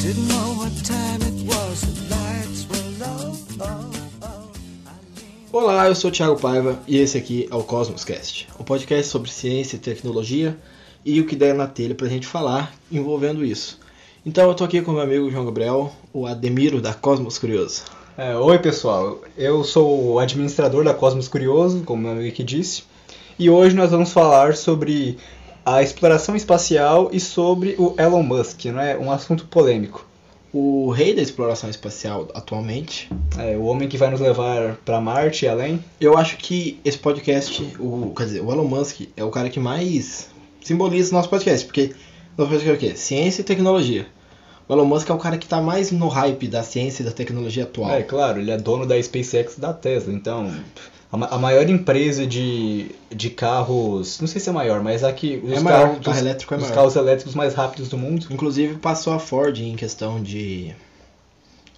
Didn't know what time it was, the lights were low. Oh, oh. Olá, eu sou o Thiago Paiva e esse aqui é o Cosmoscast, um podcast sobre ciência e tecnologia e o que der na telha pra gente falar envolvendo isso. Então eu tô aqui com meu amigo João Gabriel, o Ademiro da Cosmos Curioso. É, oi pessoal, eu sou o administrador da Cosmos Curioso, como meu amigo aqui disse, e hoje nós vamos falar sobre a exploração espacial e sobre o Elon Musk, não é? Um assunto polêmico. O rei da exploração espacial atualmente. É, o homem que vai nos levar para Marte e além. Eu acho que esse podcast, o, quer dizer, o Elon Musk é o cara que mais simboliza o nosso podcast, porque nosso podcast é o quê? Ciência e tecnologia. O Elon Musk é o cara que tá mais no hype da ciência e da tecnologia atual. É claro, ele é dono da SpaceX e da Tesla, então a, ma- a maior empresa de, de carros, não sei se é maior, mas aqui os É maior, carros, carro elétrico é os maior. carros elétricos mais rápidos do mundo. Inclusive passou a Ford em questão de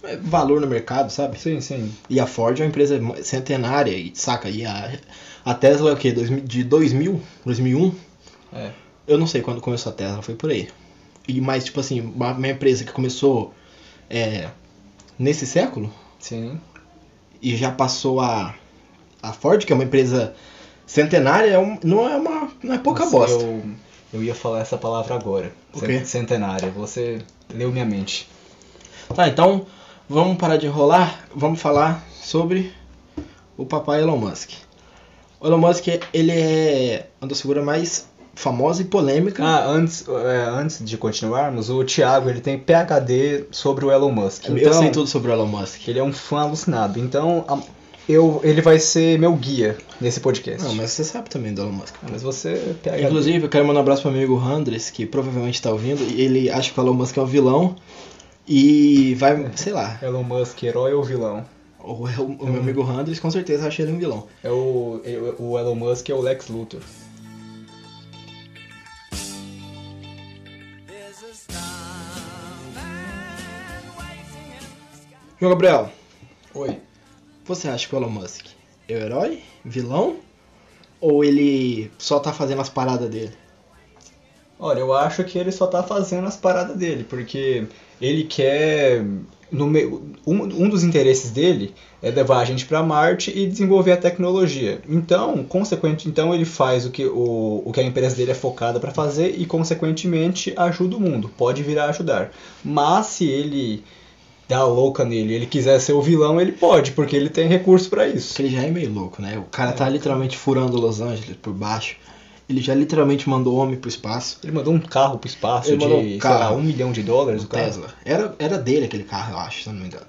é, valor no mercado, sabe? Sim, sim. E a Ford é uma empresa centenária, e saca? E a, a Tesla é o quê? Dois mil- De 2000, 2001? É. Eu não sei quando começou a Tesla, foi por aí. E mais, tipo assim, uma, uma empresa que começou é, nesse século Sim. e já passou a, a Ford, que é uma empresa centenária, é um- não é uma não é pouca Nossa, bosta. Eu, eu ia falar essa palavra agora. O quê? Centenária. Você leu minha mente. Tá, então vamos parar de enrolar, vamos falar sobre o papai Elon Musk. O Elon Musk, ele é uma das figuras mais famosas e polêmicas. Ah, antes, é, antes de continuarmos, o Thiago ele tem PhD sobre o Elon Musk. eu Então, sei tudo sobre o Elon Musk. Ele é um fã alucinado. Então, a- eu, ele vai ser meu guia nesse podcast. Não, mas você sabe também do Elon Musk. tá Ah, mas você é PhD. Inclusive, eu quero mandar um abraço pro meu amigo Andres, que provavelmente tá ouvindo, e ele acha que o Elon Musk é um vilão. E vai, sei lá, Elon Musk, herói ou vilão? o, o- o meu amigo Andres com certeza acha ele um vilão. É o, é- o Elon Musk é o Lex Luthor. There's a starman waiting in the sky. João Gabriel, Oi. Você acha que o Elon Musk é o herói? Vilão? Ou ele só tá fazendo as paradas dele? Olha, eu acho que ele só tá fazendo as paradas dele, porque ele quer. No meio, um, um dos interesses dele é levar a gente pra Marte e desenvolver a tecnologia. Então, consequente, então ele faz o que, o, o que a empresa dele é focada pra fazer e, consequentemente, ajuda o mundo. Pode vir a ajudar. Mas se ele dá a louca nele, ele quiser ser o vilão, ele pode, porque ele tem recurso pra isso. Porque ele já é meio louco, né? O cara É. tá literalmente furando Los Angeles por baixo. Ele já literalmente mandou homem pro espaço. Ele mandou um carro pro espaço Ele de, mandou um sei carro. lá, um milhão de dólares, o carro. Tesla. Era, era dele aquele carro, eu acho, se eu não me engano.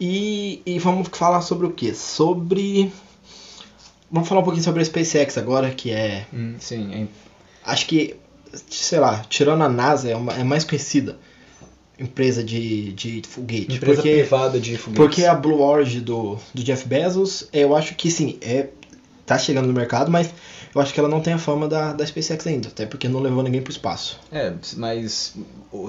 E, e vamos falar sobre o quê? Sobre. Vamos falar um pouquinho sobre a SpaceX agora, que é. Hum, sim, é Acho que, sei lá, tirando a NASA, é, uma, é a mais conhecida empresa de, de foguete. Empresa porque privada de foguetes. Porque a Blue Origin do, do Jeff Bezos, eu acho que sim, é, tá chegando no mercado, mas eu acho que ela não tem a fama da, da SpaceX ainda, até porque não levou ninguém pro espaço. É, mas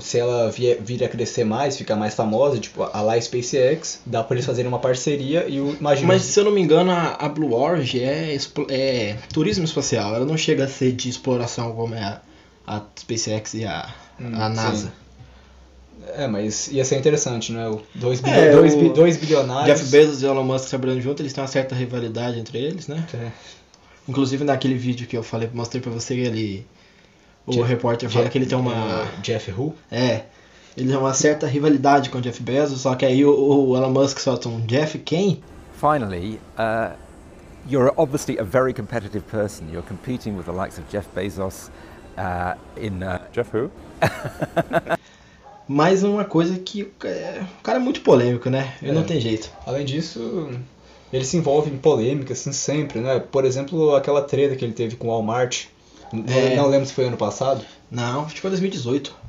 se ela vier, vir a crescer mais, ficar mais famosa, tipo, a lá SpaceX, dá pra eles fazerem uma parceria e o- imagina... Mas se eu não me engano, a, a Blue Origin é, explo- é turismo espacial, ela não chega a ser de exploração como é a, a SpaceX e a, Hum, a NASA. É, mas ia ser interessante, não é? 2 bilhões, É, dois, o- bi- dois bilionários... Jeff Bezos e Elon Musk trabalhando junto, eles têm uma certa rivalidade entre eles, né? É. Inclusive naquele vídeo que eu falei, mostrei pra você, ele. O Jeff- repórter fala que ele tem uma. é, Jeff Who? É. Ele tem uma certa rivalidade com o Jeff Bezos, só que aí o, o Elon Musk solta um Jeff quem? Finally, uh, you're obviously a very competitive person. You're competing with the likes of Jeff Bezos uh, in. Uh, Jeff who? Mais uma coisa que é, o cara é muito polêmico, né? Ele É. não tem jeito. Além disso, ele se envolve em polêmica, assim, sempre, né? Por exemplo, aquela treta que ele teve com o Walmart. Não- É. Não lembro se foi ano passado. Não, acho que foi 2018.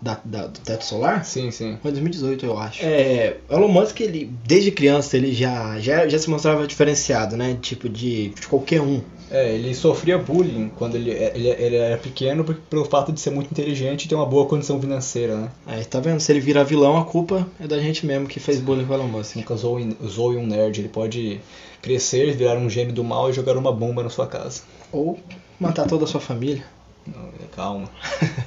Da, da- do teto solar? Sim, sim. Foi 2018, eu acho. É, o Elon Musk, ele, desde criança, ele já, já, já se mostrava diferenciado, né? Tipo de, de qualquer um. É, ele sofria bullying quando ele, ele, ele era pequeno por- pelo fato de ser muito inteligente e ter uma boa condição financeira, né? Aí, tá vendo? Se ele virar vilão, a culpa é da gente mesmo que fez bullying com o Elon Musk. Nunca zoe, zoe um nerd, ele pode crescer, virar um gênio do mal e jogar uma bomba na sua casa. Ou matar toda a sua família. Não, é, calma.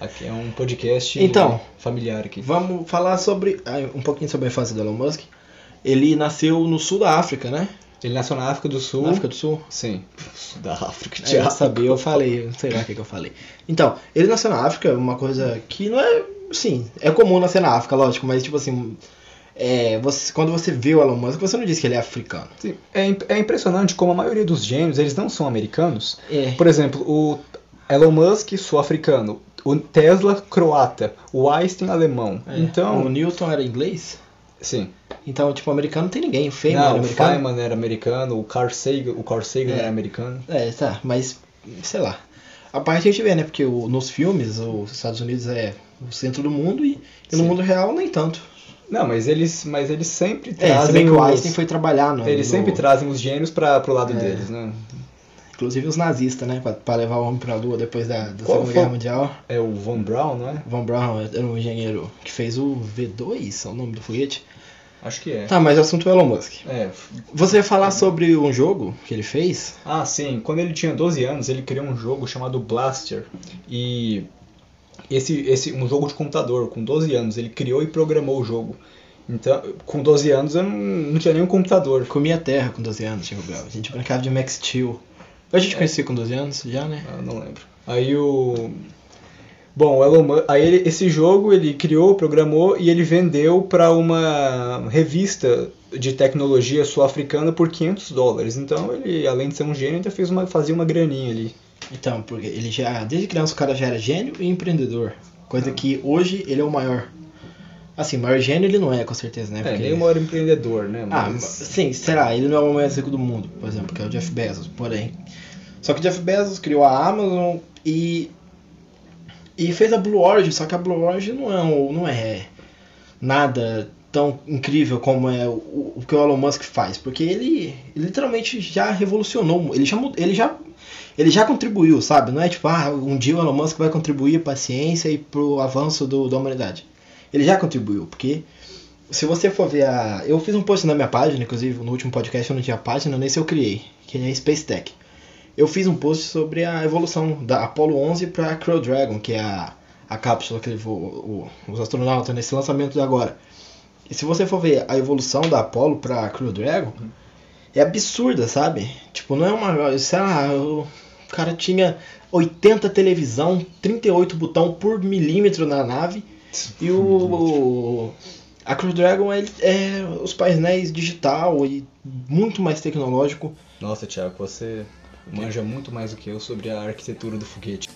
Aqui é um podcast Então. familiar aqui. Vamos falar sobre ah, um pouquinho sobre a infância do Elon Musk. Ele nasceu no sul da África, né? Ele nasceu na África do Sul. Na África do Sul. Sim. Da África, É, eu diabo. sabia, eu falei, eu não sei lá o que, que eu falei. Então, ele nasceu na África, uma coisa que não é. Sim, é comum nascer na África, lógico, mas tipo assim. é, você- quando você vê o Elon Musk, você não diz que ele é africano. Sim. É, im- é impressionante como a maioria dos gênios, eles não são americanos. É. Por exemplo, o Elon Musk, sul-africano. O Tesla, croata. O Einstein, alemão. É, o Então, Newton era inglês? sim. Então, tipo, americano não tem ninguém. Feynman era Não, o americano. Feynman era americano. O Carl Sagan, o Carl Sagan É. era americano. É, tá, mas sei lá. A parte a gente vê, né? Porque o- nos filmes, os Estados Unidos é o centro do mundo e, e no Sim. mundo real nem tanto. Não, mas eles, mas eles sempre É, se bem trazem que o os- Einstein foi trabalhar, no, Eles no- sempre trazem os gênios para pro lado É. deles, né? Inclusive os nazistas, né? Pra, pra levar o homem pra lua depois da, da Qual Segunda foi? Guerra Mundial. É o Von Braun, não é? Von Braun era um engenheiro que fez o V2, é o nome do foguete. Acho que é. Tá, mas o assunto é Elon Musk. É. Você ia falar sobre um jogo que ele fez? Ah, sim. Quando ele tinha 12 anos, ele criou um jogo chamado Blaster. E esse, esse um jogo de computador, com 12 anos, ele criou e programou o jogo. Então, com 12 anos eu não, não tinha nenhum computador. Comia terra com 12 anos, Diego Bel. A gente brincava de Max Steel. Eu já te conheci com 12 anos, já, né? Ah, não lembro. Aí o. Bom, o Elon Musk, aí ele- esse jogo ele criou, programou e ele vendeu para uma revista de tecnologia sul-africana por 500 dólares. Então ele, além de ser um gênio, ainda fez uma, fazia uma graninha ali. Então, porque ele já, desde criança o cara já era gênio e empreendedor. Coisa que hoje ele é o maior. Assim, maior gênio ele não é, com certeza, né? É, Porque- ele é um maior empreendedor, né? Ah, Mas- sim, será? Ele não é o maior rico do mundo, por exemplo, que é o Jeff Bezos, porém. Só que o Jeff Bezos criou a Amazon e. E fez a Blue Origin, só que a Blue Origin não é, um- não é nada tão incrível como é o, o que o Elon Musk faz, porque ele, ele literalmente já revolucionou, ele já, mu- ele já ele já contribuiu, sabe? Não é tipo, ah, um dia o Elon Musk vai contribuir para a ciência e para o avanço do, da humanidade. Ele já contribuiu, porque se você for ver a. Eu fiz um post na minha página, inclusive no último podcast eu não tinha página, nem se eu criei, que é Space Tech. Eu fiz um post sobre a evolução da Apollo 11 para Crew Dragon, que é a, a cápsula que levou o- o- os astronautas nesse lançamento de agora. E se você for ver a evolução da Apollo para Crew Dragon, é absurda, sabe? Tipo, não é uma. Sei lá, o cara tinha 80 televisão, 38 botão por milímetro na nave. E o. A Crew Dragon é, é os painéis digital e muito mais tecnológico. Nossa, Thiago, você manja muito mais do que eu sobre a arquitetura do foguete.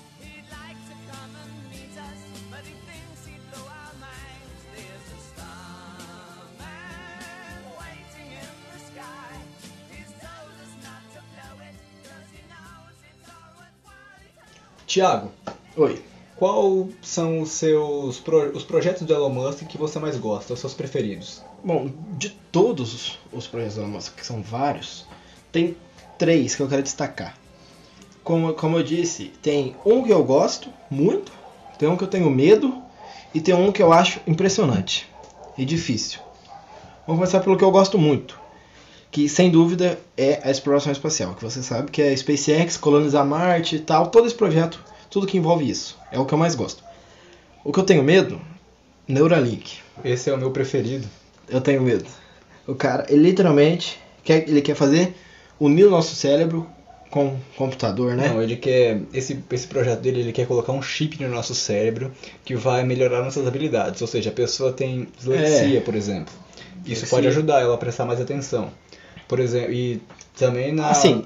Thiago, Oi. qual são os seus pro- os projetos do Elon Musk que você mais gosta, os seus preferidos? Bom, de todos os- os projetos da Musk, que são vários, tem três que eu quero destacar. Como, como eu disse, tem um que eu gosto muito, tem um que eu tenho medo e tem um que eu acho impressionante e difícil. Vamos começar pelo que eu gosto muito, que sem dúvida é a exploração espacial, que você sabe que é a SpaceX, colonizar Marte e tal, todo esse projeto, tudo que envolve isso, é o que eu mais gosto. O que eu tenho medo? Neuralink. Esse é o meu preferido. Eu tenho medo. O cara, ele literalmente quer, ele quer fazer unir o nosso cérebro com o computador, né? Não, ele quer. Esse, esse projeto dele, ele quer colocar um chip no nosso cérebro que vai melhorar nossas habilidades. Ou seja, a pessoa tem dislexia, É. por exemplo. Isso Dislexia. pode ajudar ela a prestar mais atenção. Por exemplo, e também na. assim,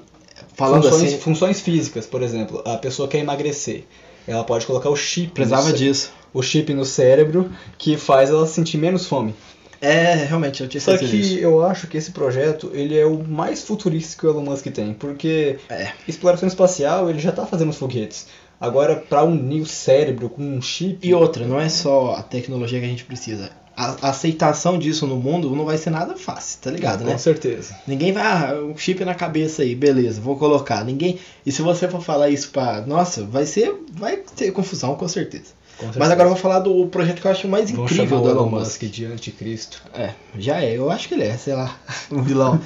falando funções, assim, funções físicas, por exemplo, a pessoa quer emagrecer. Ela pode colocar o chip. no precisava cé- disso. O chip no cérebro que faz ela sentir menos fome. É, realmente, eu tinha Só certeza que disso. eu acho que esse projeto ele é o mais futurista que o Elon Musk tem, porque É. exploração espacial ele já tá fazendo os foguetes. Agora pra unir o cérebro com um chip, E outra, não é só a tecnologia que a gente precisa. A, a aceitação disso no mundo não vai ser nada fácil, tá ligado, com né? certeza. Ninguém vai, ah, um chip na cabeça aí, beleza, vou colocar. Ninguém. E se você for falar isso pra. Nossa, vai ser. Vai ter confusão, com certeza. Com certeza. Mas agora eu vou falar do projeto que eu acho mais Vão incrível chamar do o Elon Musk. de anticristo. É, já é. Eu acho que ele é, sei lá, um vilão.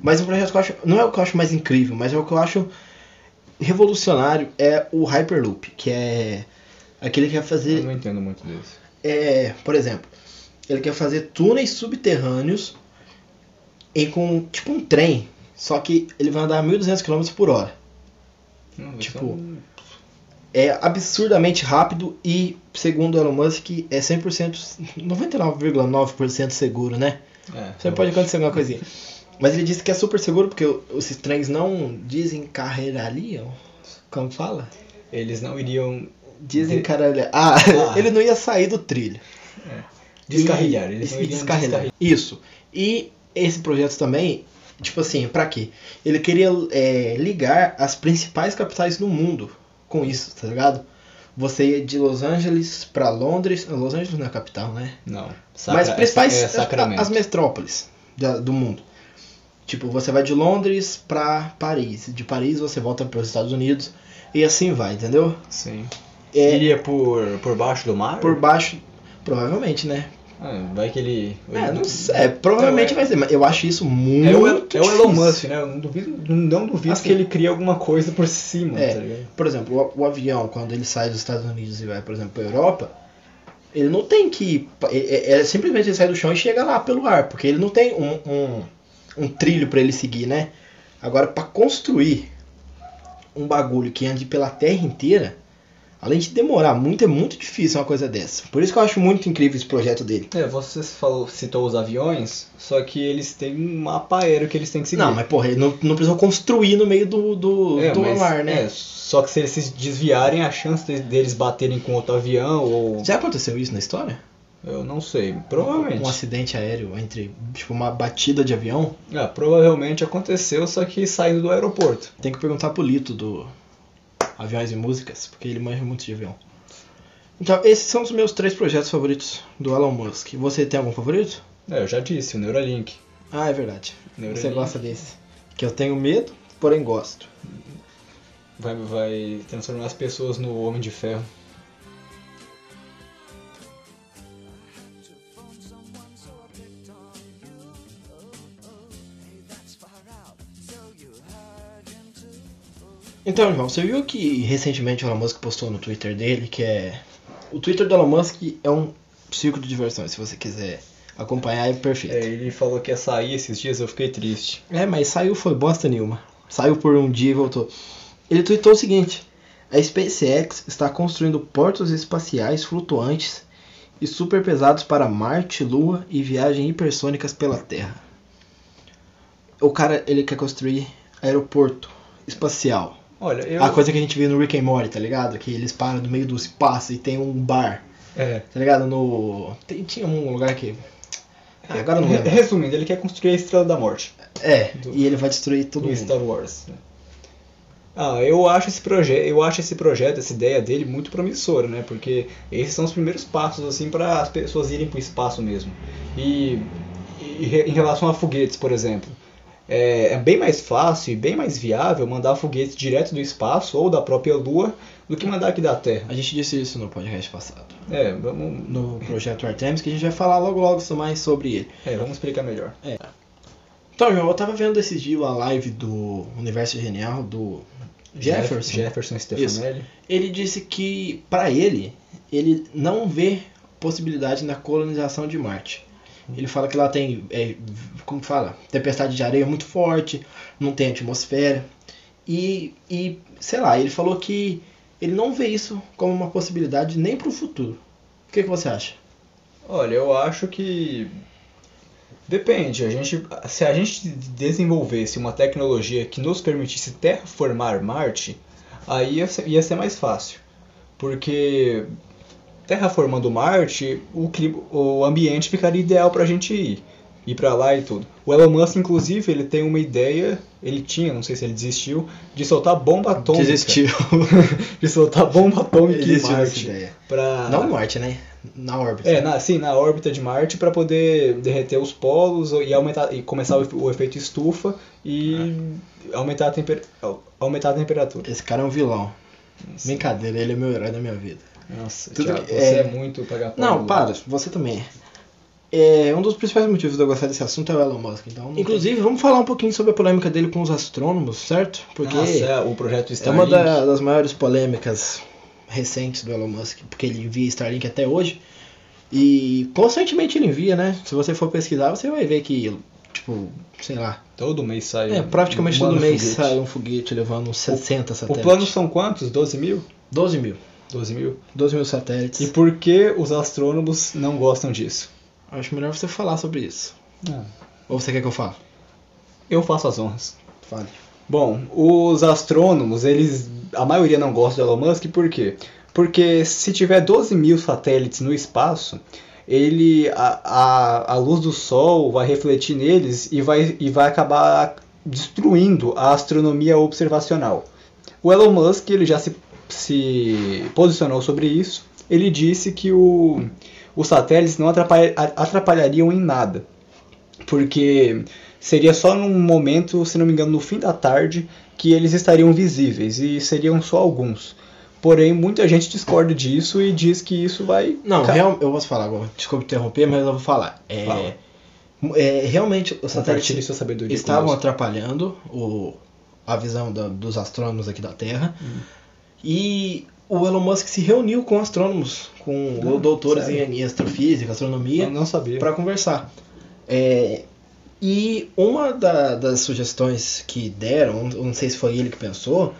mas o projeto que eu acho. Não é o que eu acho mais incrível, mas é o que eu acho revolucionário é o Hyperloop, que é aquele que vai fazer Eu não entendo muito disso. é, por exemplo, ele quer fazer túneis subterrâneos em com tipo um trem, só que ele vai andar a 1.200 km por hora. Não, isso Tipo, é um- É absurdamente rápido e, segundo Elon Musk, é 100%, 99,9% seguro, né? é, Sempre pode acontecer alguma coisinha. Mas ele disse que é super seguro porque o- esses trens não desencarregariam, como fala? Eles não iriam Desencaralhar. Ah, Ah. ele não ia sair do trilho. descarrilhar. E- Eles não e iriam descarrilhar. Isso. E esse projeto também, tipo assim, pra quê? Ele queria é, ligar as principais capitais do mundo com isso, tá ligado? Você ia de Los Angeles pra Londres. Ah, Los Angeles não é a capital, né? Não. Mas as principais. É sacramento. as metrópoles da- do mundo. Tipo, você vai de Londres pra Paris. De Paris você volta pros Estados Unidos. E assim vai, entendeu? Sim. É, Iria por, por baixo do mar? por baixo. Provavelmente, né? Ah, vai que ele. É, não sei. É, provavelmente Então, vai ser, mas eu acho isso muito. É o, é o Elon difícil. Musk, né? Eu não duvido, não duvido Assim. que ele cria alguma coisa por cima, É. tá ligado? Por exemplo, o, o avião, quando ele sai dos Estados Unidos e vai, por exemplo, para Europa, ele não tem que. ir pa- É, é- é simplesmente ele sai do chão e chega lá pelo ar, porque ele não tem um, um, um trilho para ele seguir, né? Agora, para construir um bagulho que ande pela terra inteira, além de demorar muito, é muito difícil uma coisa dessa. Por isso que eu acho muito incrível esse projeto dele. É, você falou, citou os aviões, só que eles têm um mapa aéreo que eles têm que seguir. Não, mas porra, ele não, não precisou construir no meio do, do, é, do mas- mar, né? é, só que se eles se desviarem, a chance de- deles baterem com outro avião ou. Já aconteceu isso na história? Eu não sei. Provavelmente. Um acidente aéreo entre, tipo, uma batida de avião? Ah, provavelmente aconteceu, só que saindo do aeroporto. Tem que perguntar pro Lito do Aviões e Músicas, porque ele manja muito de avião. Então, esses são os meus três projetos favoritos do Elon Musk. Você tem algum favorito? É, eu já disse, o Neuralink. Ah, é verdade. Neuralink. Você gosta desse. Que eu tenho medo, porém gosto. Vai, vai transformar as pessoas no Homem de Ferro. Então, João, você viu que recentemente o Elon Musk postou no Twitter dele que é. O Twitter do Elon Musk é um circo de diversões. Se você quiser acompanhar, é perfeito. É, ele falou que ia sair esses dias, eu fiquei triste. É, mas saiu foi bosta nenhuma. Saiu por um dia e voltou. Ele tweetou o seguinte: A SpaceX está construindo portos espaciais flutuantes e super pesados para Marte, Lua e viagens hipersônicas pela Terra. O cara, ele quer construir aeroporto espacial. Olha, eu. A coisa que a gente vê no Rick and Morty, tá ligado? Que eles param no meio do espaço e tem um bar, É. tá ligado? No tem- tinha um lugar que Ah, agora eu não Re- lembro. Resumindo, ele quer construir a Estrela da Morte É, Do- e ele vai destruir todo do mundo. Star Wars. né? Ah, eu acho esse projeto, eu acho esse projeto, essa ideia dele muito promissora, né? Porque esses são os primeiros passos assim para as pessoas irem para o espaço mesmo. E, e re- em relação a foguetes, por exemplo, é, é bem mais fácil e bem mais viável mandar foguetes direto do espaço ou da própria Lua do que mandar aqui da Terra. A gente disse isso no podcast passado, É, vamos, no projeto Artemis, que a gente vai falar logo logo mais sobre ele. é, vamos explicar melhor. Então, João, eu tava vendo esses dias a live do Universo Genial do Jefferson. Jefferson Stefanelli. Ele disse que, pra ele, ele não vê possibilidade na colonização de Marte. Ele fala que lá tem, é, como fala, tempestade de areia muito forte, não tem atmosfera. E, e, sei lá, ele falou que ele não vê isso como uma possibilidade nem pro futuro. O que, que você acha? Olha, eu acho que depende. A gente, se a gente desenvolvesse uma tecnologia que nos permitisse terraformar Marte, aí ia ser, ia ser mais fácil, porque terraformando Marte, o clima, o ambiente ficaria ideal para a gente ir, ir para lá e tudo. O Elon Musk, inclusive, ele tem uma ideia, ele tinha, não sei se ele desistiu, de soltar bomba atômica, de soltar bomba atômica em Existiu essa Marte ideia. para Não Marte, né? Na órbita. é, na, sim, na órbita de Marte para poder derreter os polos e aumentar e começar o, efe- o efeito estufa e É. aumentar a, temper, au- aumentar a temperatura. Esse cara é um vilão. Nossa. Brincadeira, ele é meu herói da minha vida. Nossa, Tudo Thiago, que- você é, é- muito pagar pau. Não, para, você também. É, um dos principais motivos de eu gostar desse assunto é o Elon Musk. Então, não Inclusive, vamos falar um pouquinho sobre a polêmica dele com os astrônomos, Ah, certo? Porque Nossa, o projeto é uma Starlink. da- das maiores polêmicas recentes do Elon Musk, porque ele envia Starlink até hoje. E constantemente ele envia, né? Se você for pesquisar, você vai ver que, tipo, sei lá. Todo mês sai. É, um- praticamente um todo ano mês foguete. sai um foguete levando uns 60 O satélites. plano são quantos? 12 mil? 12 mil. 12 mil. 12 mil E satélites. por que os astrônomos não gostam disso? Acho melhor você falar sobre isso. Ah, Ou você quer que eu fale? Eu faço as honras. Fale. Bom, os astrônomos, eles. A maioria não gosta do Elon Musk, por quê? Porque se tiver 12 mil satélites no espaço, ele. A, a, a luz do Sol vai refletir neles e vai, e vai acabar destruindo a astronomia observacional. O Elon Musk ele já se, se posicionou sobre isso. Ele disse que o, os satélites não atrapalha- atrapalhariam em nada porque seria só num momento, se não me engano, no fim da tarde, que eles estariam visíveis e seriam só alguns. Porém, muita gente discorda disso e diz que isso vai. Não, ca- real, eu posso falar agora. Desculpa interromper, mas eu vou falar. É, Fala. é, realmente os Compartilhe satélites sua sabedoria. estavam conosco. atrapalhando o, a visão da- dos astrônomos aqui da Terra. E o Elon Musk se reuniu com astrônomos, com Ah, doutores sério? em, em astrofísica, astronomia, Eu não sabia. para conversar. É, e uma da- das sugestões que deram, eu não sei se foi ele que pensou,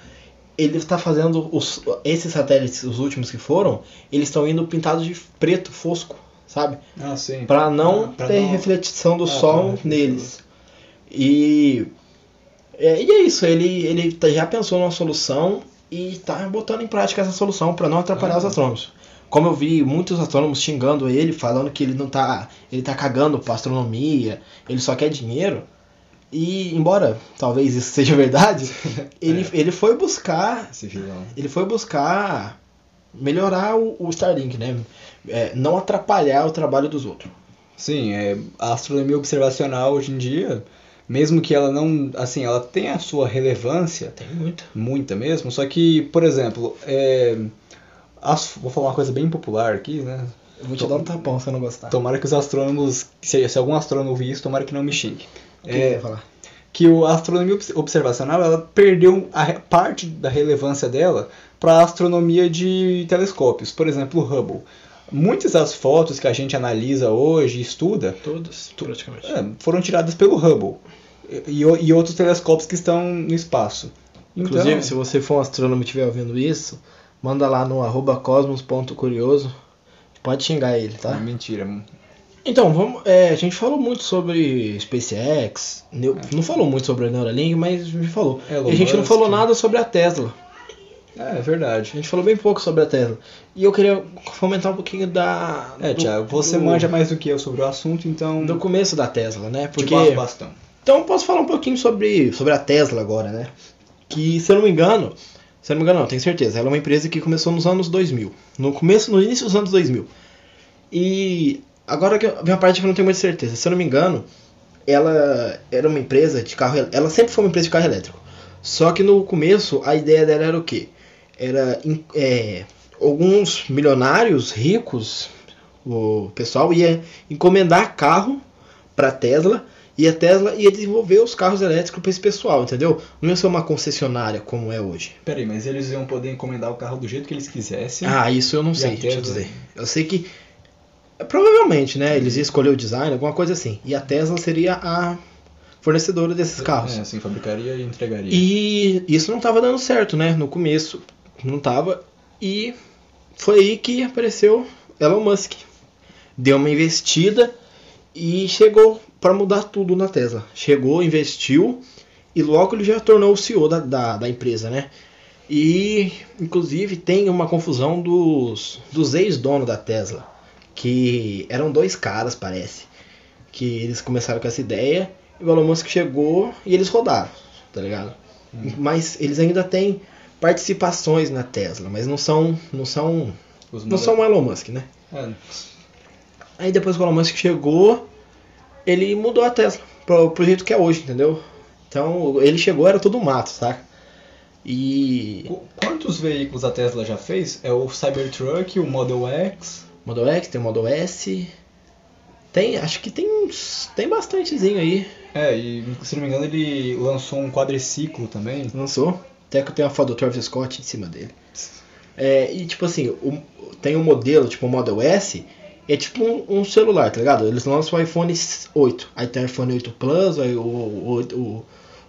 ele está fazendo os- esses satélites, os últimos que foram, eles estão indo pintados de preto fosco, sabe? Ah, sim. Pra não Ah, pra ter não- reflexão do Ah, pra sol não- neles. E é, e é isso, ele, ele tá- já pensou numa solução e tá botando em prática essa solução pra não atrapalhar Ah. os astrônomos. Como eu vi muitos astrônomos xingando ele, falando que ele não tá, ele tá cagando pra astronomia, ele só quer dinheiro. E embora talvez isso seja verdade, ele, É. ele foi buscar Esse vilão. ele foi buscar melhorar o, o Starlink, né? É, não atrapalhar o trabalho dos outros. Sim, é, a astronomia observacional hoje em dia, mesmo que ela não. Assim, ela tem a sua relevância, Tem muito. Muita mesmo, só que, por exemplo, é, as- vou falar uma coisa bem popular aqui, né? Eu vou te dar um tapão se eu não gostar. Tomara que os astrônomos, se, se algum astrônomo ouvir isso, tomara que não me xingue. O que eu É, ia falar? que o- a astronomia obs- observacional ela perdeu a re- parte da relevância dela para a astronomia de telescópios, por exemplo, o Hubble. Muitas das fotos que a gente analisa hoje e estuda Todos, praticamente. é, foram tiradas pelo Hubble e, e o- e outros telescópios que estão no espaço. Então- Inclusive, se você for um astrônomo e estiver ouvindo isso, manda lá no arroba cosmos.curioso. Pode xingar ele, tá? Mentira, mano. Então, vamos, é, a gente falou muito sobre SpaceX, neu- não falou muito sobre a Neuralink, mas a gente falou. Elon e a gente não Musk. falou nada sobre a Tesla. É, é A verdade. gente falou bem pouco sobre a Tesla. E eu queria comentar um pouquinho da. É, do- Thiago, você do- manja mais do que eu sobre o assunto, então. do começo da Tesla, né? te Porque passo o bastão. então eu posso falar um pouquinho sobre sobre a Tesla agora, né? Que se eu não me engano, se eu não me engano, não, tenho certeza, ela é uma empresa que começou nos anos 2000, no começo, no início dos anos 2000. E agora que eu- vem uma parte que eu não tenho muita certeza. Se eu não me engano, ela era uma empresa de carro, el- ela sempre foi uma empresa de carro elétrico. Só que no começo a ideia dela era o quê? Era em- é, alguns milionários ricos, o pessoal ia encomendar carro para Tesla e a Tesla ia desenvolver os carros elétricos para esse pessoal, entendeu? Não ia ser uma concessionária como é hoje. Peraí, mas eles iam poder encomendar o carro do jeito que eles quisessem. Ah, isso eu não E sei a te Tesla? Hum. dizer. Eu sei que provavelmente, né, eles iam escolher o design, alguma coisa assim. E a Tesla seria a fornecedora desses carros. É, assim, fabricaria e entregaria. E isso não estava dando certo, né? No começo não tava. E foi aí que apareceu Elon Musk. Deu uma investida e chegou para mudar tudo na Tesla. Chegou, investiu e logo ele já tornou o CEO da, da, da empresa, né? E inclusive tem uma confusão dos, dos ex-donos da Tesla. Que eram dois caras, parece. Que eles começaram com essa ideia. E o Elon Musk chegou e eles rodaram, tá ligado? Mas eles ainda têm participações na Tesla, mas não são. não são. Os não são o Elon Musk, né? É, Aí depois que o Elon Musk chegou, ele mudou a Tesla pro, pro jeito que é hoje, entendeu? Então, ele chegou, era tudo mato, saca? E. qu- Quantos veículos a Tesla já fez? É o Cybertruck, o Model X. Model X, tem o Model S. Tem, acho que tem uns- tem bastantezinho aí. É, e se não me engano ele lançou um quadriciclo também. Lançou. Até que tem uma foto do Travis Scott em cima dele. É, e tipo assim, o- tem um modelo, tipo o Model S, é tipo um, um celular, tá ligado? Eles lançam o iPhone 8. Aí tem o iPhone 8 Plus, aí o, o,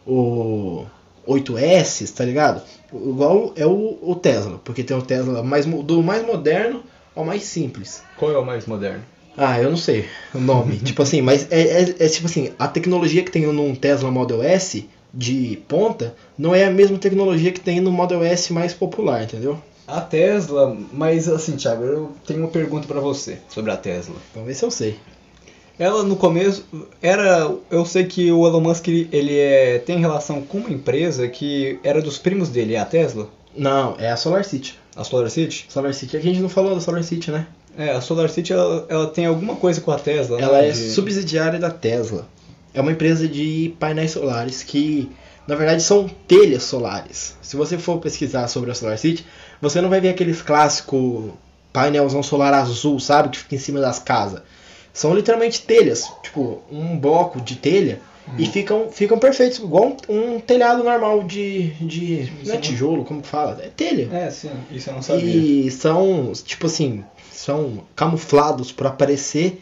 o, o 8S, tá ligado? Igual é o, o Tesla, porque tem o Tesla mais, mo- do mais moderno ao mais simples. Qual é o mais moderno? Ah, eu não sei o nome. tipo assim, mas é, é- é tipo assim, a tecnologia que tem num Tesla Model S de ponta não é a mesma tecnologia que tem no Model S mais popular, entendeu? A Tesla, mas assim, Thiago, eu tenho uma pergunta pra você sobre a Tesla. Vamos ver se Então, eu sei. Ela no começo era, eu sei que o Elon Musk ele ele é, tem relação com uma empresa que era dos primos dele, é a Tesla, Não, é a SolarCity. a SolarCity. SolarCity, é que a gente não falou da SolarCity, né? É, a SolarCity ela, ela tem alguma coisa com a Tesla. Ela né, é de- subsidiária da Tesla. É uma empresa de painéis solares que, na verdade, são telhas solares. Se você for pesquisar sobre a SolarCity, você não vai ver aqueles clássicos painelzão solar azul, sabe? Que fica em cima das casas. São literalmente telhas, tipo, um bloco de telha. Uhum. E ficam, ficam perfeitos, igual um, um telhado normal de. de não é tijolo, como que fala? É telha. É, sim, isso eu não sabia. E são, tipo assim, são camuflados pra parecer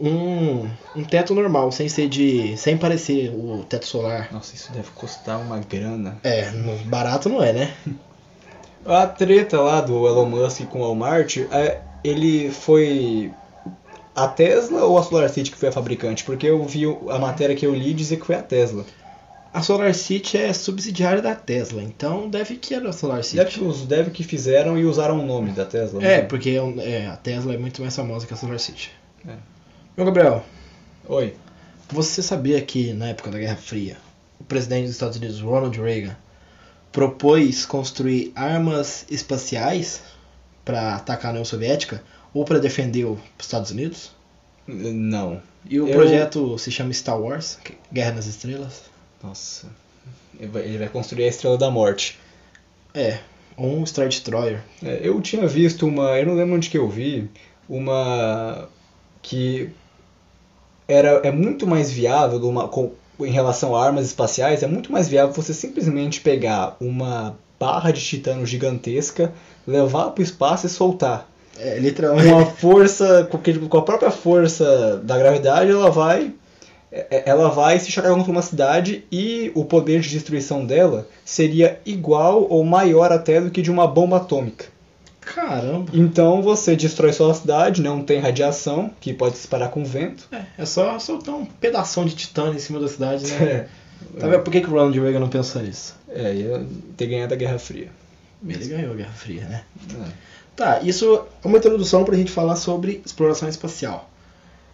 um, um teto normal, sem ser de. sem parecer o teto solar. Nossa, isso deve custar uma grana. É, não- barato não é, né? A treta lá do Elon Musk com o Walmart, é, ele foi a Tesla ou a SolarCity que foi a fabricante? Porque eu vi o- a matéria que eu li dizer que foi a Tesla. A SolarCity é subsidiária da Tesla, então deve que era a Deve SolarCity. que os dev que fizeram e usaram o nome da Tesla. É, né? porque é um- é, a Tesla é muito mais famosa que a SolarCity. É. Meu Gabriel, Oi. você sabia que na época da Guerra Fria, o presidente dos Estados Unidos, Ronald Reagan, propôs construir armas espaciais para atacar a União Soviética ou para defender os Estados Unidos? N- Não. E o Eu- projeto se chama Star Wars, que- é Guerra nas Estrelas. Nossa. Ele vai- ele vai construir a Estrela da Morte. É, ou um Star Destroyer. É, Eu tinha visto uma, eu não lembro onde que eu vi, uma que era é muito mais viável uma, com, em relação a armas espaciais, é muito mais viável você simplesmente pegar uma barra de titânio gigantesca, levar para o espaço e soltar. É, Com literalmente. a força, com que- com a própria força da gravidade, ela vai é- é- ela vai se chocar contra uma cidade e o poder de destruição dela seria igual ou maior até do que de uma bomba atômica. Caramba. Então você destrói sua cidade, né? Um não tem radiação, que pode disparar com vento. É, é só soltar um pedação de titânio em cima da cidade, né? É, Tá vendo por que, que o Ronald Reagan não pensou nisso? é ia ter ganhado a Guerra Fria. Ele ganhou a Guerra Fria, né? É. Tá, isso é uma introdução pra gente falar sobre exploração espacial.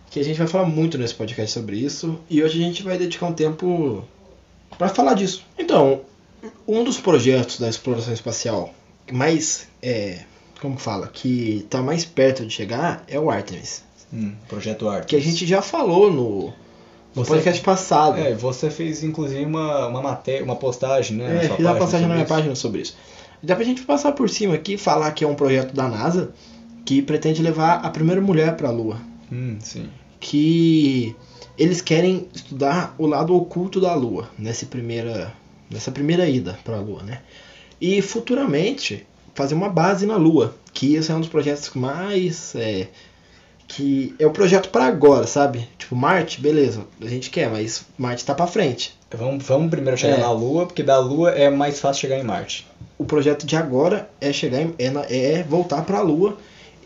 Que a gente vai falar muito nesse podcast sobre isso. E hoje a gente vai dedicar um tempo pra falar disso. Então, um dos projetos da exploração espacial que mais. É, como que fala? Que tá mais perto de chegar é o Artemis. Hum, projeto Arte. Que a gente já falou no, no Você- podcast passado. É, você fez inclusive uma, uma matéria, uma postagem, né? na É, sua fiz uma página passagem na minha sobre página sobre isso. Dá pra gente passar por cima aqui e falar que é um projeto da NASA que pretende levar a primeira mulher pra Lua. isso. Hum, sim. Que eles querem estudar o lado oculto da Lua nessa primeira, nessa primeira ida pra Lua, né? E futuramente fazer uma base na Lua, que esse é um dos projetos que mais é, que é o projeto pra agora, sabe? Tipo Marte, beleza, a gente quer, mas Marte tá pra frente. Vamos, vamos primeiro chegar É. na Lua, porque da Lua é mais fácil chegar em Marte. o projeto de agora é chegar em- é, na- é voltar pra Lua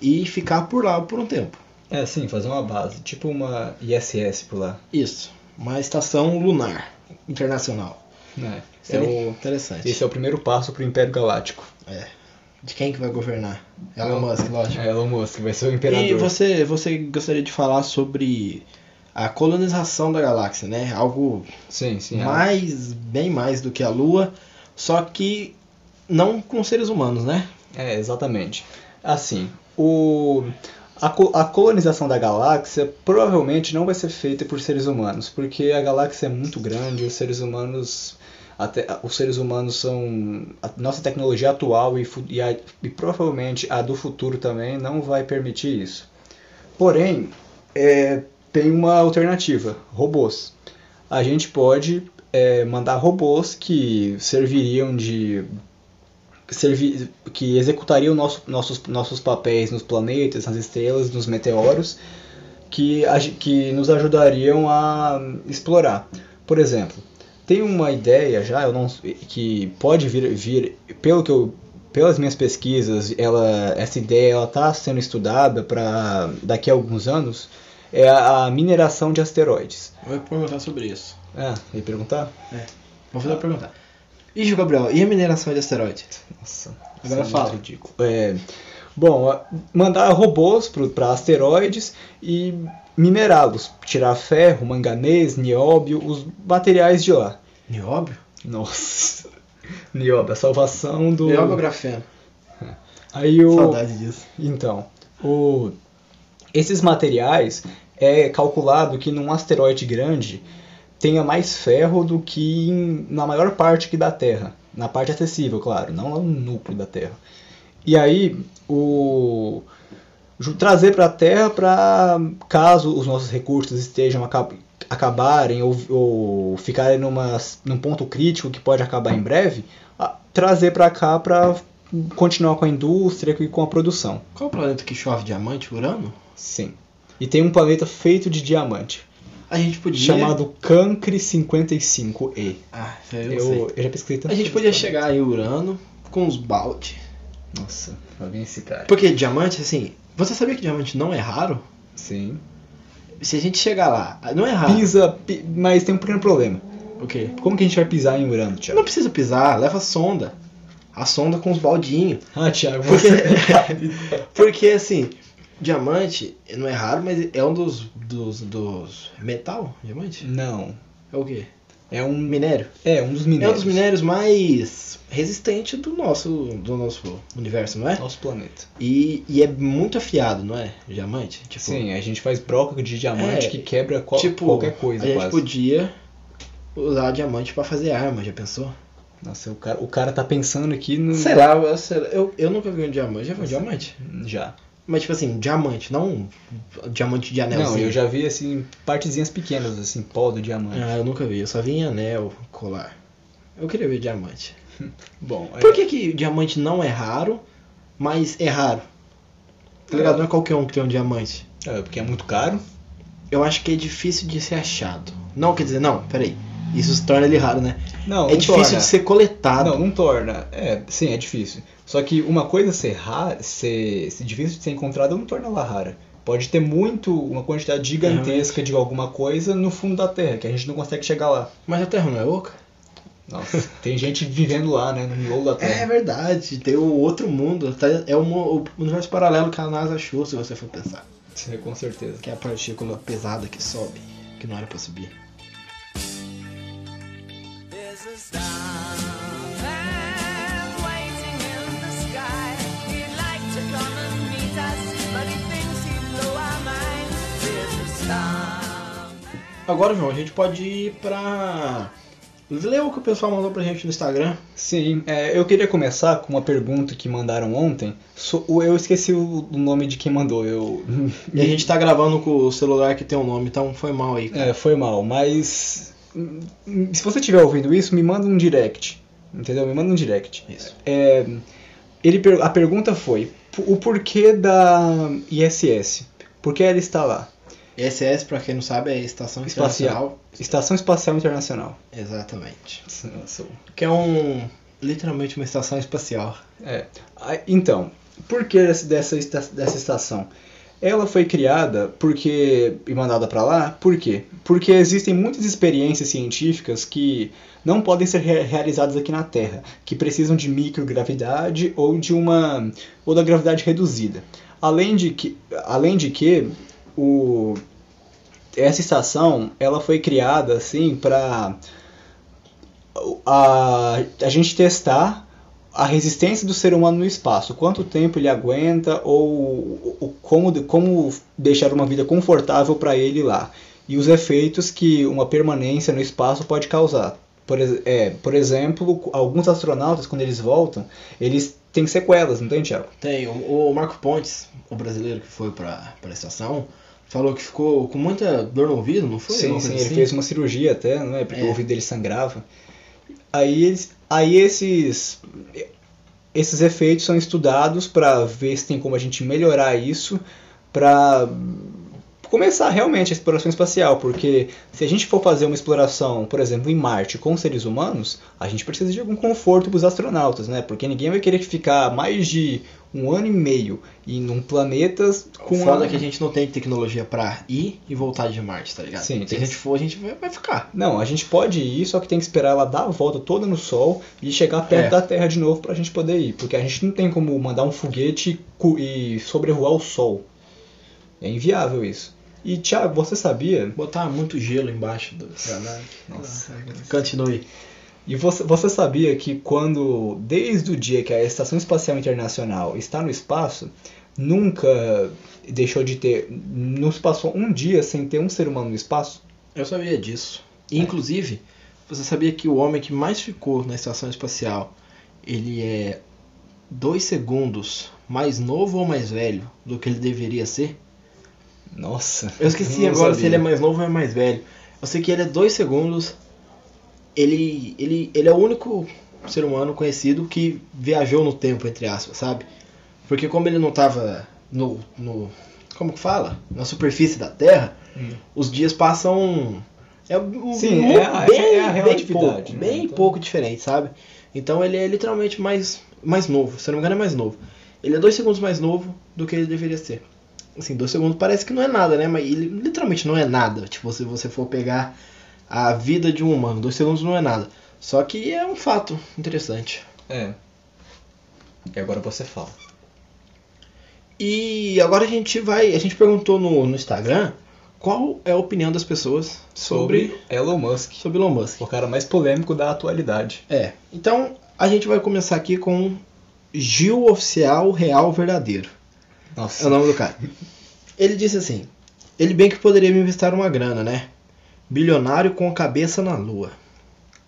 e ficar por lá por um tempo. É, sim, fazer uma base, tipo uma ISS por lá. Isso. Uma estação lunar internacional. né? É Seria o- interessante. esse é o primeiro passo pro Império Galáctico. De quem que vai governar? Elon Musk, lógico. É, Elon Musk vai ser o imperador. E você, você gostaria de falar sobre a colonização da galáxia, né? Algo Sim, sim. é. mais, bem mais do que a Lua, só que não com seres humanos, né? É, exatamente. Assim, o... a, co- a colonização da galáxia provavelmente não vai ser feita por seres humanos, porque a galáxia é muito grande, os seres humanos. Até, os seres humanos são. A nossa tecnologia atual e, fu- e, a- e provavelmente a do futuro também não vai permitir isso. Porém, é, tem uma alternativa: robôs. A gente pode é, mandar robôs que serviriam de servi que executariam nosso, nossos, nossos papéis nos planetas, nas estrelas, nos meteoros, que, a ge- que nos ajudariam a explorar. Por exemplo, tem uma ideia já, eu não, que pode vir, vir pelo que eu, pelas minhas pesquisas, ela, essa ideia ela está sendo estudada para daqui a alguns anos, é a, a mineração de asteroides. Eu vou perguntar sobre isso. Ah, me perguntar? Vou fazer uma pergunta. Ixi, Gabriel, e a mineração de asteroide? Nossa, Agora isso é fala. muito ridículo. É, bom, a- mandar robôs para asteroides e minerá-los, tirar ferro, manganês, nióbio, os materiais de lá. Nióbio? Nossa. Nióbio, a salvação do. Nióbio ou grafeno? Aí o. Saudade disso. Então, o- esses materiais é calculado que num asteroide grande tenha mais ferro do que em- na maior parte que da Terra, na parte acessível, claro, não no núcleo da Terra. E aí o ju- trazer para a Terra para caso os nossos recursos estejam acab- acabarem ou, ou ficarem numa, num ponto crítico que pode acabar em breve, a- trazer para cá para continuar com a indústria e com a produção. Qual o planeta que chove diamante? Urano? Sim. E tem um planeta feito de diamante, A gente podia. chamado Cancre 55E. Ah, isso aí eu, não sei. Eu, eu já pesquisei tanto A gente sobre podia esse chegar em Urano com os balde. planeta. Nossa, lá vem esse cara. Porque diamante, assim. Você sabia que diamante não é raro? Sim. Se a gente chegar lá. Não é raro. Pisa, pi- mas tem um pequeno problema. O quê? Como que a gente vai pisar em Urano, Não Thiago? precisa pisar, leva a sonda. A sonda com os baldinhos. Ah, Thiago, Porque, você... porque assim, diamante não é raro, mas é um dos. dos. dos. Metal? Diamante? Não. É o quê? É um Minério? É, um dos É um minérios. dos minérios mais resistente do nosso, do nosso universo, não é? Nosso planeta. E, e é muito afiado, não é? Diamante? Tipo, Sim, a gente faz broca de diamante É, que quebra qual- tipo, qualquer coisa a gente quase. podia usar diamante pra fazer arma, já pensou? Nossa, o cara, o cara tá pensando aqui no. Sei lá, eu, sei lá, eu, eu nunca vi um diamante, já vi um diamante? Já. Mas tipo assim, diamante, não um diamante de anelzinho. Não, eu já vi assim, partezinhas pequenas, assim, pó do diamante. Ah, eu nunca vi, eu só vi em anel, colar. Eu queria ver diamante. Bom, é- Por que que diamante não é raro, mas é raro? Tá ligado? Não é qualquer um que tem um diamante. É, porque é muito caro. Eu acho que é difícil de ser achado. Não, quer dizer, não, peraí. Isso se torna ele raro, né? Não, é difícil de ser coletado. Não, não torna. É, sim, é difícil. Só que uma coisa ser rara, ser, ser difícil de ser encontrada, é não torna ela rara. Pode ter muito, uma quantidade gigantesca de alguma coisa no fundo da Terra, que a gente não consegue chegar lá. Mas a Terra não é oca? Nossa, tem gente vivendo lá, né, no miolo da É Terra. verdade, tem o outro mundo. tá? É um o universo paralelo que a NASA achou, se você for pensar. Sim, com certeza. Que é a partícula pesada que sobe, que não era pra subir. There's a starman waiting in the sky. He'd like to come and meet us, but he thinks he'd blow our minds. There's a starman. Agora, João, a gente pode ir pra. Lê o que o pessoal mandou pra gente no Instagram. Sim, é, eu queria começar com uma pergunta que mandaram ontem. So- o- eu esqueci o, o nome de quem mandou, eu... E a gente tá gravando com o celular que tem o nome, então foi mal aí. cara. É, foi mal, mas hum, se você estiver ouvindo isso, me manda um direct, entendeu? Me manda um direct. Isso. É, ele, per- a pergunta foi p- o porquê da ISS? Por que ela está lá? ISS, pra quem não sabe, é Estação Espacial. Estação Espacial Internacional. Exatamente. Nossa, Que é um. Literalmente uma estação espacial. É. Ah, Então, por que essa- dessa, esta- dessa estação? Ela foi criada porque e mandada para lá, por quê? Porque existem muitas experiências científicas que não podem ser re- realizadas aqui na Terra, que precisam de microgravidade ou de uma ou da gravidade reduzida. Além de que, além de que o, essa estação, ela foi criada assim para a, a gente testar a resistência do ser humano no espaço, quanto tempo ele aguenta ou, ou como, de- como deixar uma vida confortável para ele lá, e os efeitos que uma permanência no espaço pode causar. Por, ex- é, por exemplo, alguns astronautas, quando eles voltam, eles têm sequelas, não tem, Tiago? Tem, o, o Marco Pontes, o brasileiro que foi pra, pra estação, falou que ficou com muita dor no ouvido, não foi? Sim, Alguma sim, coisa ele assim? fez uma cirurgia até, não é? Porque É. o ouvido dele sangrava. Aí, eles- aí esses, esses efeitos são estudados para ver se tem como a gente melhorar isso para começar realmente a exploração espacial, porque se a gente for fazer uma exploração, por exemplo, em Marte com seres humanos, a gente precisa de algum conforto para os astronautas, né? Porque ninguém vai querer ficar mais de um ano e meio em um planeta com O foda a- é que a gente não tem tecnologia pra ir e voltar de Marte, tá ligado? Sim, Se a tem- gente for, a gente vai, vai ficar. Não, a gente pode ir, só que tem que esperar ela dar a volta toda no Sol e chegar perto É. da Terra de novo pra gente poder ir. Porque a gente não tem como mandar um foguete cu- e sobrevoar o Sol. É inviável isso. E, Thiago, você sabia? Botar muito gelo embaixo do. Nossa. Continue. E você, você sabia que quando, desde o dia que a Estação Espacial Internacional está no espaço, nunca deixou de ter, não se passou um dia sem ter um ser humano no espaço? Eu sabia disso. É. E, inclusive, você sabia que o homem que mais ficou na estação espacial, ele é dois segundos mais novo ou mais velho do que ele deveria ser? Nossa. Eu esqueci não agora se sabia. ele é mais novo ou é mais velho. Eu sei que ele é dois segundos. Ele, ele, ele é o único ser humano conhecido que viajou no tempo, entre aspas, sabe? Porque como ele não tava no. no como que fala? Na superfície da Terra, Hum. os dias passam. É um- Sim, muito- é a- bem, é a bem relatividade, pouco, né? bem Então- pouco diferente, sabe? Então ele é literalmente mais, mais novo, se eu não me engano é mais novo. Ele é dois segundos mais novo do que ele deveria ser. Assim, dois segundos parece que não é nada, né? Mas ele literalmente não é nada. Tipo, se você for pegar a vida de um humano, dois segundos não é nada. Só que é um fato interessante. É. E agora você fala. E agora a gente vai. A gente perguntou no, no Instagram qual é a opinião das pessoas sobre, sobre Elon Musk, sobre Elon Musk. o cara mais polêmico da atualidade. É, então a gente vai começar aqui com Gil Oficial Real Verdadeiro. É Nossa. o nome do cara. Ele disse assim: Ele bem que poderia me investir uma grana, né? Bilionário com a cabeça na lua.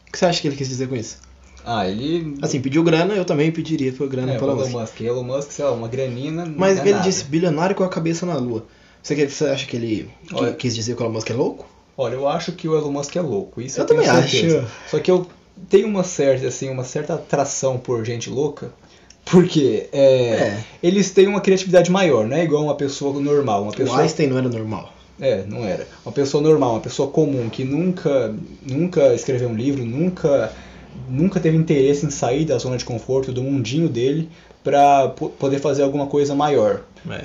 O que você acha que ele quis dizer com isso? Ah, ele. Assim, pediu grana, eu também pediria por grana é, o pela Elon Musk. Musk. Elon Musk, sei lá, uma granina. não Mas é ele nada. disse bilionário com a cabeça na lua. Você, que- você acha que ele que- Olha. quis dizer que o Elon Musk é louco? Olha, eu acho que o Elon Musk é louco. Isso Eu eu, tenho também certeza. acho. Só que eu tenho uma certa, assim, uma certa atração por gente louca. Porque é, É. eles têm uma criatividade maior, não é igual uma pessoa normal. Uma O pessoa Einstein não era normal. É, não era. Uma pessoa normal, uma pessoa comum, que nunca, nunca escreveu um livro, nunca, nunca teve interesse em sair da zona de conforto, do mundinho dele, pra po- poder fazer alguma coisa maior.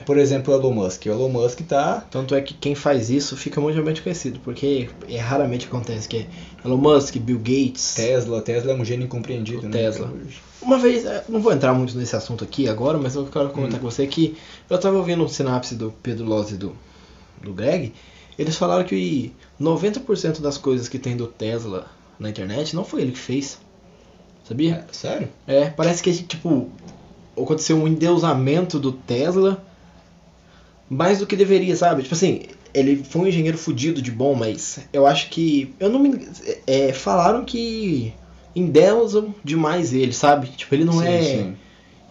Por exemplo, o Elon Musk. O Elon Musk tá... Tanto é que quem faz isso fica mundialmente conhecido, porque é raramente acontece que é Elon Musk, Bill Gates. Tesla, Tesla é um gênio incompreendido, O né? Tesla. hoje. Uma vez, eh, não vou entrar muito nesse assunto aqui agora, mas eu quero comentar com você que eu tava ouvindo um sinapse do Pedro Lozzi e do, do Greg. Eles falaram que 90% das coisas que tem do Tesla na internet não foi ele que fez. Sabia? É, sério? É, parece que tipo aconteceu um endeusamento do Tesla mais do que deveria, sabe? Tipo assim, ele foi um engenheiro fudido de bom, mas eu acho que eu não me é, falaram que endeusam demais ele, sabe? Tipo, ele não Sim, é sim.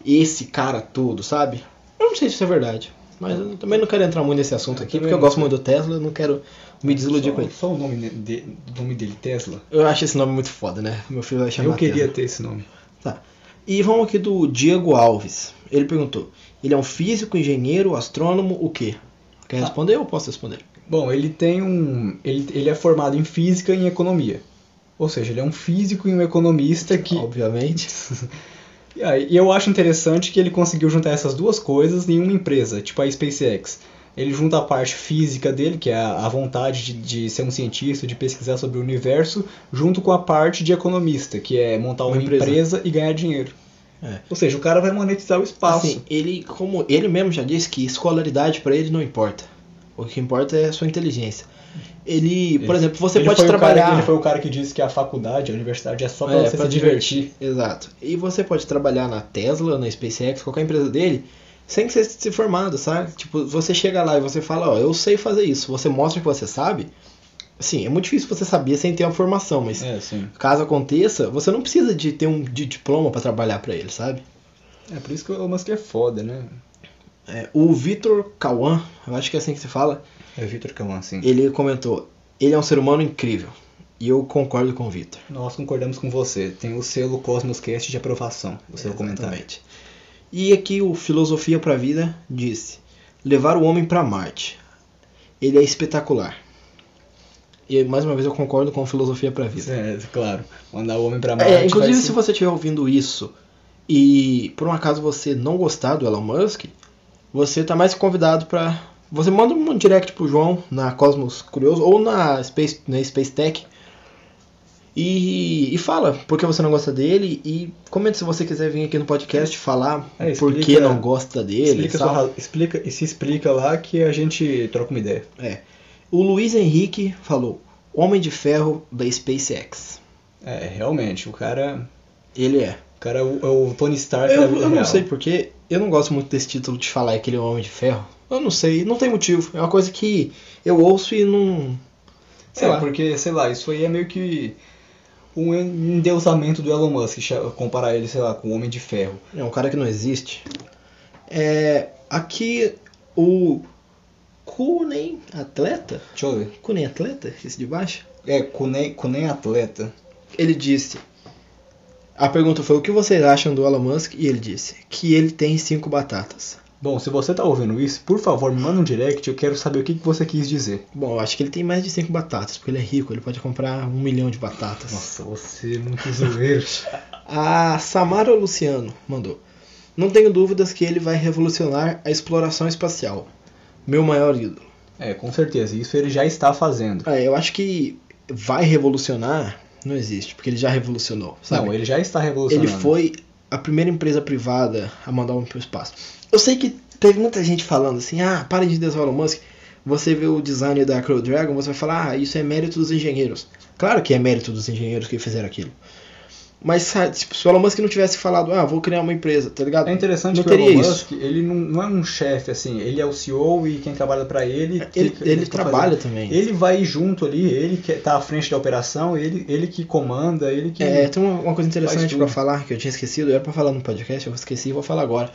esse cara todo, sabe? Eu não sei se isso é verdade, mas eu também não quero entrar muito nesse assunto Eu aqui, também porque eu não gosto muito do Tesla, eu não quero me desiludir só, com ele. Só o nome, de, nome dele, Tesla. Eu acho esse nome muito foda, né? Meu filho vai chamar eu queria Tesla. ter esse nome. Tá. E vamos aqui do Diego Alves. Ele perguntou: ele é um físico, engenheiro, astrônomo, o quê? Quer Tá. responder ou posso responder? Bom, ele tem um. Ele, ele é formado em física e em economia. Ou seja, ele é um físico e um economista que. Obviamente. Assim, E aí, eu acho interessante que ele conseguiu juntar essas duas coisas em uma empresa, tipo a SpaceX. Ele junta a parte física dele, que é a a vontade de, de ser um cientista, de pesquisar sobre o universo, junto com a parte de economista, que é montar uma, Uma empresa. empresa. e ganhar dinheiro. É. Ou seja, o cara vai monetizar o espaço. Assim, ele, como ele mesmo já disse que escolaridade pra ele não importa. O que importa é a sua inteligência. Ele, por Ele- exemplo, você Ele pode foi o cara- trabalhar ele foi o cara que disse que a faculdade, a universidade é só pra É, você pra se divertir. Exato. E você pode trabalhar na Tesla, na SpaceX, qualquer empresa dele, sem ser se formado, sabe? Tipo, você chega lá e você fala, ó, eu sei fazer isso. Você mostra que você sabe. Assim, é muito difícil você saber sem ter uma formação, mas É, sim. caso aconteça, você não precisa de ter um de diploma pra trabalhar pra ele, sabe? É por isso que o Elon Musk é foda, né? É, o Vitor Kawan, eu acho que é assim que se fala, É o Vitor Camansin. Ele comentou: ele é um ser humano incrível. E eu concordo com o Vitor. Nós concordamos com você. Tem o selo Cosmoscast de aprovação. O seu comentário. Exatamente. E aqui o Filosofia para a Vida disse: levar o homem para Marte. Ele é espetacular. E mais uma vez eu concordo com o Filosofia para a Vida. É, claro. Mandar o homem pra Marte. É, inclusive, vai se você estiver ouvindo isso e por um acaso você não gostar do Elon Musk, você tá mais convidado para Você manda um direct pro João na Cosmos Curioso ou na Space, na Space Tech e, e fala por que você não gosta dele e comenta se você quiser vir aqui no podcast falar É, por que explica- não gosta dele. Explica, sua sabe? ra- explica e se explica lá que a gente troca uma ideia. É. O Luiz Henrique falou Homem de Ferro da SpaceX. É, realmente, o cara. Ele é. O cara é o, é o Tony Stark Eu, da vida eu não real. sei porque, eu não gosto muito desse título de falar que ele é um homem de ferro. Eu não sei, não tem motivo. É uma coisa que eu ouço e não. Sei é, lá. porque, sei lá, isso aí é meio que um endeusamento do Elon Musk, cha- comparar ele, sei lá, com o Homem de Ferro. É um cara que não existe. É, aqui o Kunen Atleta, Deixa eu ver. Kunen Atleta, esse de baixo, É, Kunen Kunen Atleta. ele disse. A pergunta foi o que vocês acham do Elon Musk e ele disse que ele tem cinco batatas. Bom, se você tá ouvindo isso, por favor, me manda um direct, eu quero saber o que, que você quis dizer. Bom, eu acho que ele tem mais de cinco batatas porque ele é rico, ele pode comprar um milhão de batatas. Nossa, você é muito zoeiro. A Samara Luciano mandou. Não tenho dúvidas que ele vai revolucionar a exploração espacial. Meu maior ídolo. é, com certeza, isso ele já está fazendo. É, eu acho que vai revolucionar não existe, porque ele já revolucionou. Sabe? Não, ele já está ele revolucionando. foi a primeira empresa privada a mandar um para o espaço. Eu sei que teve muita gente falando assim: ah, para de desvalorizar Elon Musk. Você vê o design da Crew Dragon, você vai falar: ah, isso é mérito dos engenheiros. Claro que é mérito dos engenheiros que fizeram aquilo. Mas sabe, tipo, se o Elon Musk não tivesse falado, ah, vou criar uma empresa, tá ligado? É interessante não que o teria Elon isso. Musk, ele não, não é um chefe, assim, ele é o CEO e quem trabalha pra ele... É, Ele, fica- ele fica trabalha fazendo- também. Ele vai junto ali, ele que tá à frente da operação, ele, ele que comanda, ele que... É, tem uma, uma coisa faz interessante tudo. pra falar que eu tinha esquecido, era pra falar no podcast, eu esqueci e vou falar agora.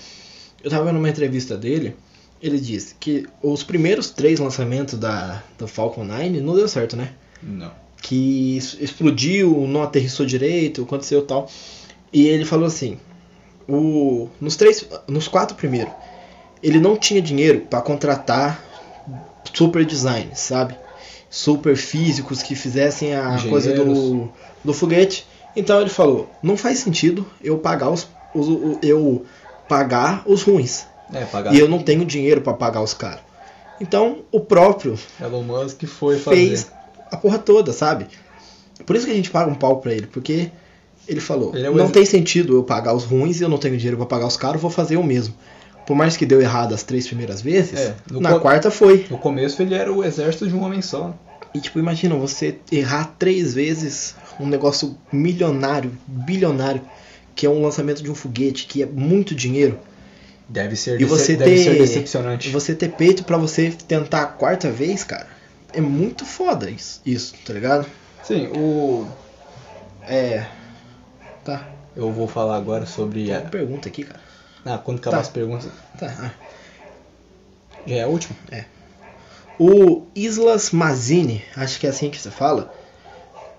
Eu tava vendo uma entrevista dele, ele disse que os primeiros três lançamentos da, do Falcon 9 não deu certo, né? Não. Que es- explodiu, não aterrissou direito, aconteceu tal. E ele falou assim: o, nos, três, nos quatro primeiros, ele não tinha dinheiro pra contratar super design, sabe? Super físicos que fizessem a coisa do, Engenheiros. do foguete. Então ele falou: não faz sentido eu pagar os, os- o- eu pagar os ruins. É, pagar. E eu não tenho dinheiro pra pagar os caras. Então o próprio Elon Musk foi fazer. fez a porra toda, sabe? Por isso que a gente paga um pau pra ele, porque ele falou: Ele é o não ex- tem sentido eu pagar os ruins e eu não tenho dinheiro pra pagar os caros, vou fazer eu mesmo. Por mais que deu errado as três primeiras vezes, É, no na co- quarta foi. No começo ele era o exército de um homem só. E tipo, imagina você errar três vezes um negócio milionário, bilionário, que é um lançamento de um foguete, que é muito dinheiro. Deve ser, E dece- você deve ter- ser decepcionante. Você ter peito pra você tentar a quarta vez, cara, é muito foda isso, isso tá ligado? Sim, o... É. Tá. Eu vou falar agora sobre... Tem uma A... pergunta aqui, cara. Ah, quando acabar Tá. as perguntas... Tá. Já é a última? O Islas Mazini, acho que é assim que se fala,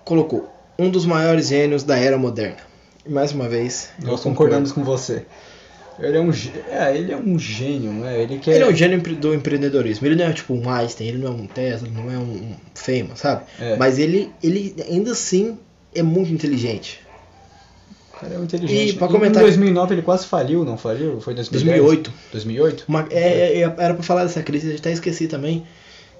colocou um dos maiores gênios da era moderna. E mais uma vez, eu Nós concordo. concordamos com você. Ele é um, gê- é, ele é um gênio, né? Ele quer. Ele é um gênio empre- do empreendedorismo. Ele não é tipo um Einstein, ele não é um Tesla, ele não é um, um Feynman, sabe? É. Mas ele, ele ainda assim é muito inteligente. O cara é um inteligente. E, pra Em- comentar- Em 2009 ele quase faliu, não faliu? Foi em 2010? 2008. 2008? Uma- é, é, é, era pra falar dessa crise, eu até esqueci também.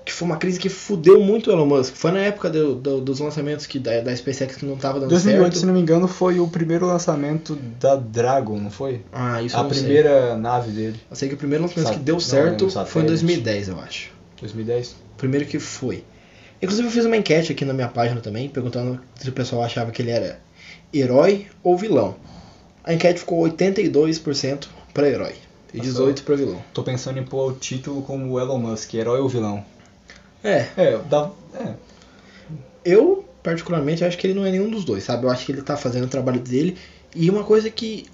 Que foi uma crise que fudeu muito o Elon Musk. Foi na época do- do- dos lançamentos que, da, da SpaceX que não tava dando 2008, Tá certo. se não me engano, foi o primeiro lançamento da Dragon, não foi? Ah, isso eu a não sei. primeira nave dele. Eu sei que o primeiro lançamento Sat- que deu não, certo é um foi satélite. em 2010, eu acho. 2010? O primeiro que foi. Inclusive, eu fiz uma enquete aqui na minha página também, perguntando se o pessoal achava que ele era herói ou vilão. A enquete ficou 82% pra herói e Nossa. 18% pra vilão. Tô pensando em pôr o título como Elon Musk, herói ou vilão? É, É, dá. É. eu particularmente acho que ele não é nenhum dos dois, sabe? Eu acho que ele tá fazendo o trabalho dele e uma coisa que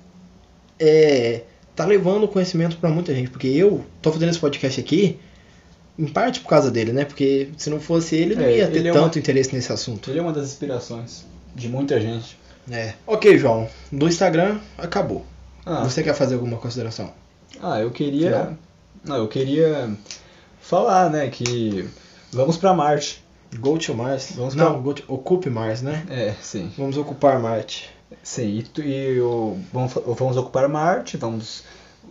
é tá levando conhecimento pra muita gente, porque eu tô fazendo esse podcast aqui em parte por causa dele, né? Porque se não fosse ele, não É, ia ter ele é tanto uma- interesse nesse assunto. Ele é uma das inspirações de muita gente. É. Ok, João. Do Instagram, acabou. Ah, Você quer fazer alguma consideração? ah eu queria. Não, eu queria falar, né, que vamos pra Marte. Go to Mars. Vamos não, pra- go to- ocupe Mars, né? É, sim. Vamos ocupar Marte. Sim, e, tu- e o- vamos, fa- vamos ocupar Marte, vamos,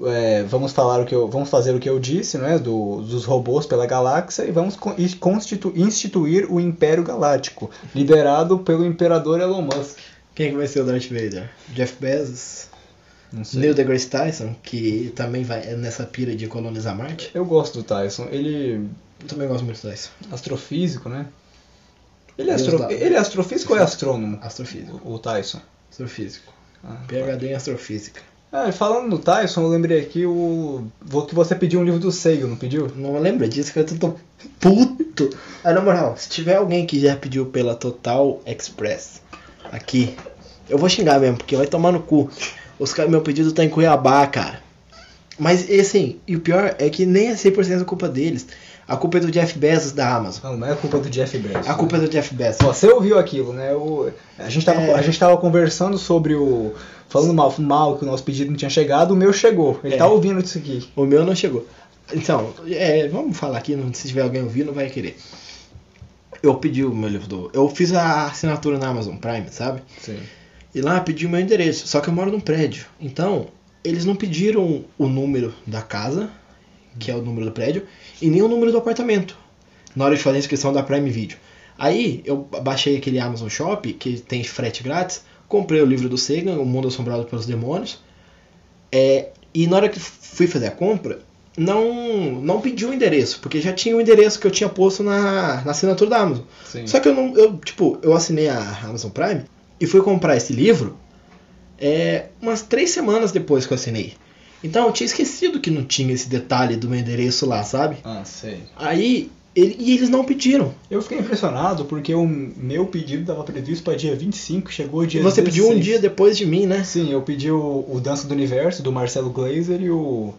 é, vamos falar o que eu, vamos fazer o que eu disse, né, do, dos robôs pela galáxia e vamos con- e constitu, instituir o Império Galáctico, liderado pelo Imperador Elon Musk. Quem é que vai ser o Darth Vader? Jeff Bezos? Não sei. Neil deGrasse Tyson, que também vai é nessa pira de colonizar Marte? Eu gosto do Tyson, ele Eu também gosto muito do Tyson. astrofísico, né? Ele é, Deus astro, dá. ele é astrofísico ou é astrônomo? Astrofísico. O o Tyson. Astrofísico. Ah, PHD em astrofísica. Ah, e falando no Tyson, eu lembrei aqui o vo- que você pediu um livro do Sagan, não pediu? Não lembra disso, que eu tô puto. Ah, na moral, se tiver alguém que já pediu pela Total Express aqui, eu vou xingar mesmo, porque vai tomar no cu. Os caras, meu pedido tá em Cuiabá, cara. Mas, e assim, e o pior é que nem é 100% culpa deles. A culpa é do Jeff Bezos da Amazon. Não, não é culpa do Jeff Bezos. A culpa é do Jeff Bezos. Ó, você ouviu aquilo, né? O- a, gente tava, É. a gente tava conversando sobre o. Falando mal, mal que o nosso pedido não tinha chegado, o meu chegou. Ele É. tá ouvindo isso aqui. O meu não chegou. Então, é, vamos falar aqui, não- se tiver alguém ouvindo, vai querer. Eu pedi o meu livro do. Eu fiz a assinatura na Amazon Prime, sabe? Sim. E lá pediu meu endereço, só que eu moro num prédio. Então, eles não pediram o número da casa, que é o número do prédio, e nem o número do apartamento. Na hora de fazer a inscrição da Prime Video. Aí, eu baixei aquele Amazon Shop, que tem frete grátis, comprei o livro do Sagan, O Mundo Assombrado pelos Demônios. É, e na hora que fui fazer a compra, não, não pedi o endereço, porque já tinha o endereço que eu tinha posto na, na assinatura da Amazon. Sim. Só que eu não. Eu, tipo, eu assinei a Amazon Prime e fui comprar esse livro é, umas três semanas depois que eu assinei. Então eu tinha esquecido que não tinha esse detalhe do meu endereço lá, sabe? Ah, sei. Aí. ele- e eles não pediram. Eu fiquei impressionado porque o meu pedido estava previsto para dia 25, chegou dia E você pediu um 16. dia depois de mim, né? Sim, eu pedi o, o Dança do Universo, do Marcelo Glazer e o.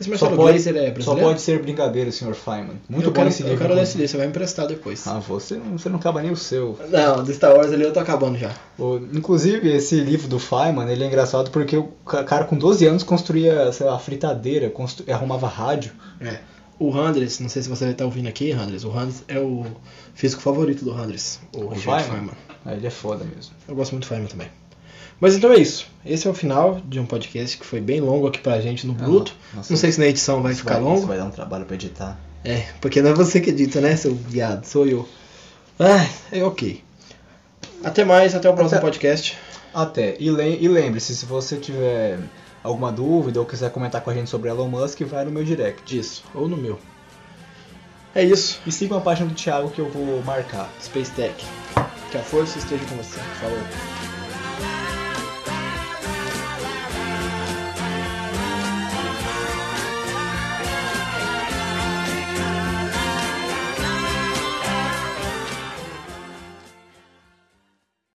Esse Marcelo só pode, Glazer é Só brasileiro. pode ser brincadeira, Sr. Feynman. Muito eu bom quero, esse livro. né? Eu quero ler esse livro, você vai me emprestar depois. Ah, você não, você não acaba nem o seu. Não, do Star Wars ali eu tô acabando já. O- Inclusive, esse livro do Feynman, ele é engraçado porque o ca- cara com 12 anos construía, sei lá, fritadeira, constru... arrumava rádio. É. O Andres, não sei se você tá ouvindo aqui, Andres. O Andres é o físico favorito do Andres, o Richard Feynman? Feynman. Ah, ele é foda mesmo. Eu gosto muito do Feynman também. Mas então é isso. Esse é o final de um podcast que foi bem longo aqui pra gente no Bruto. Ah, nossa. não sei se na edição vai ficar longo. vai dar um trabalho pra editar. É, porque não é você que edita, né, seu viado? Sou eu. Ah, é ok. Até mais, até o próximo Até- podcast. Até. E, lem- e lembre-se, se você tiver alguma dúvida ou quiser comentar com a gente sobre Elon Musk, vai no meu direct. Disso, ou no meu. É isso. E siga a página do Thiago que eu vou marcar. Space Tech. Que a força esteja com você. Falou.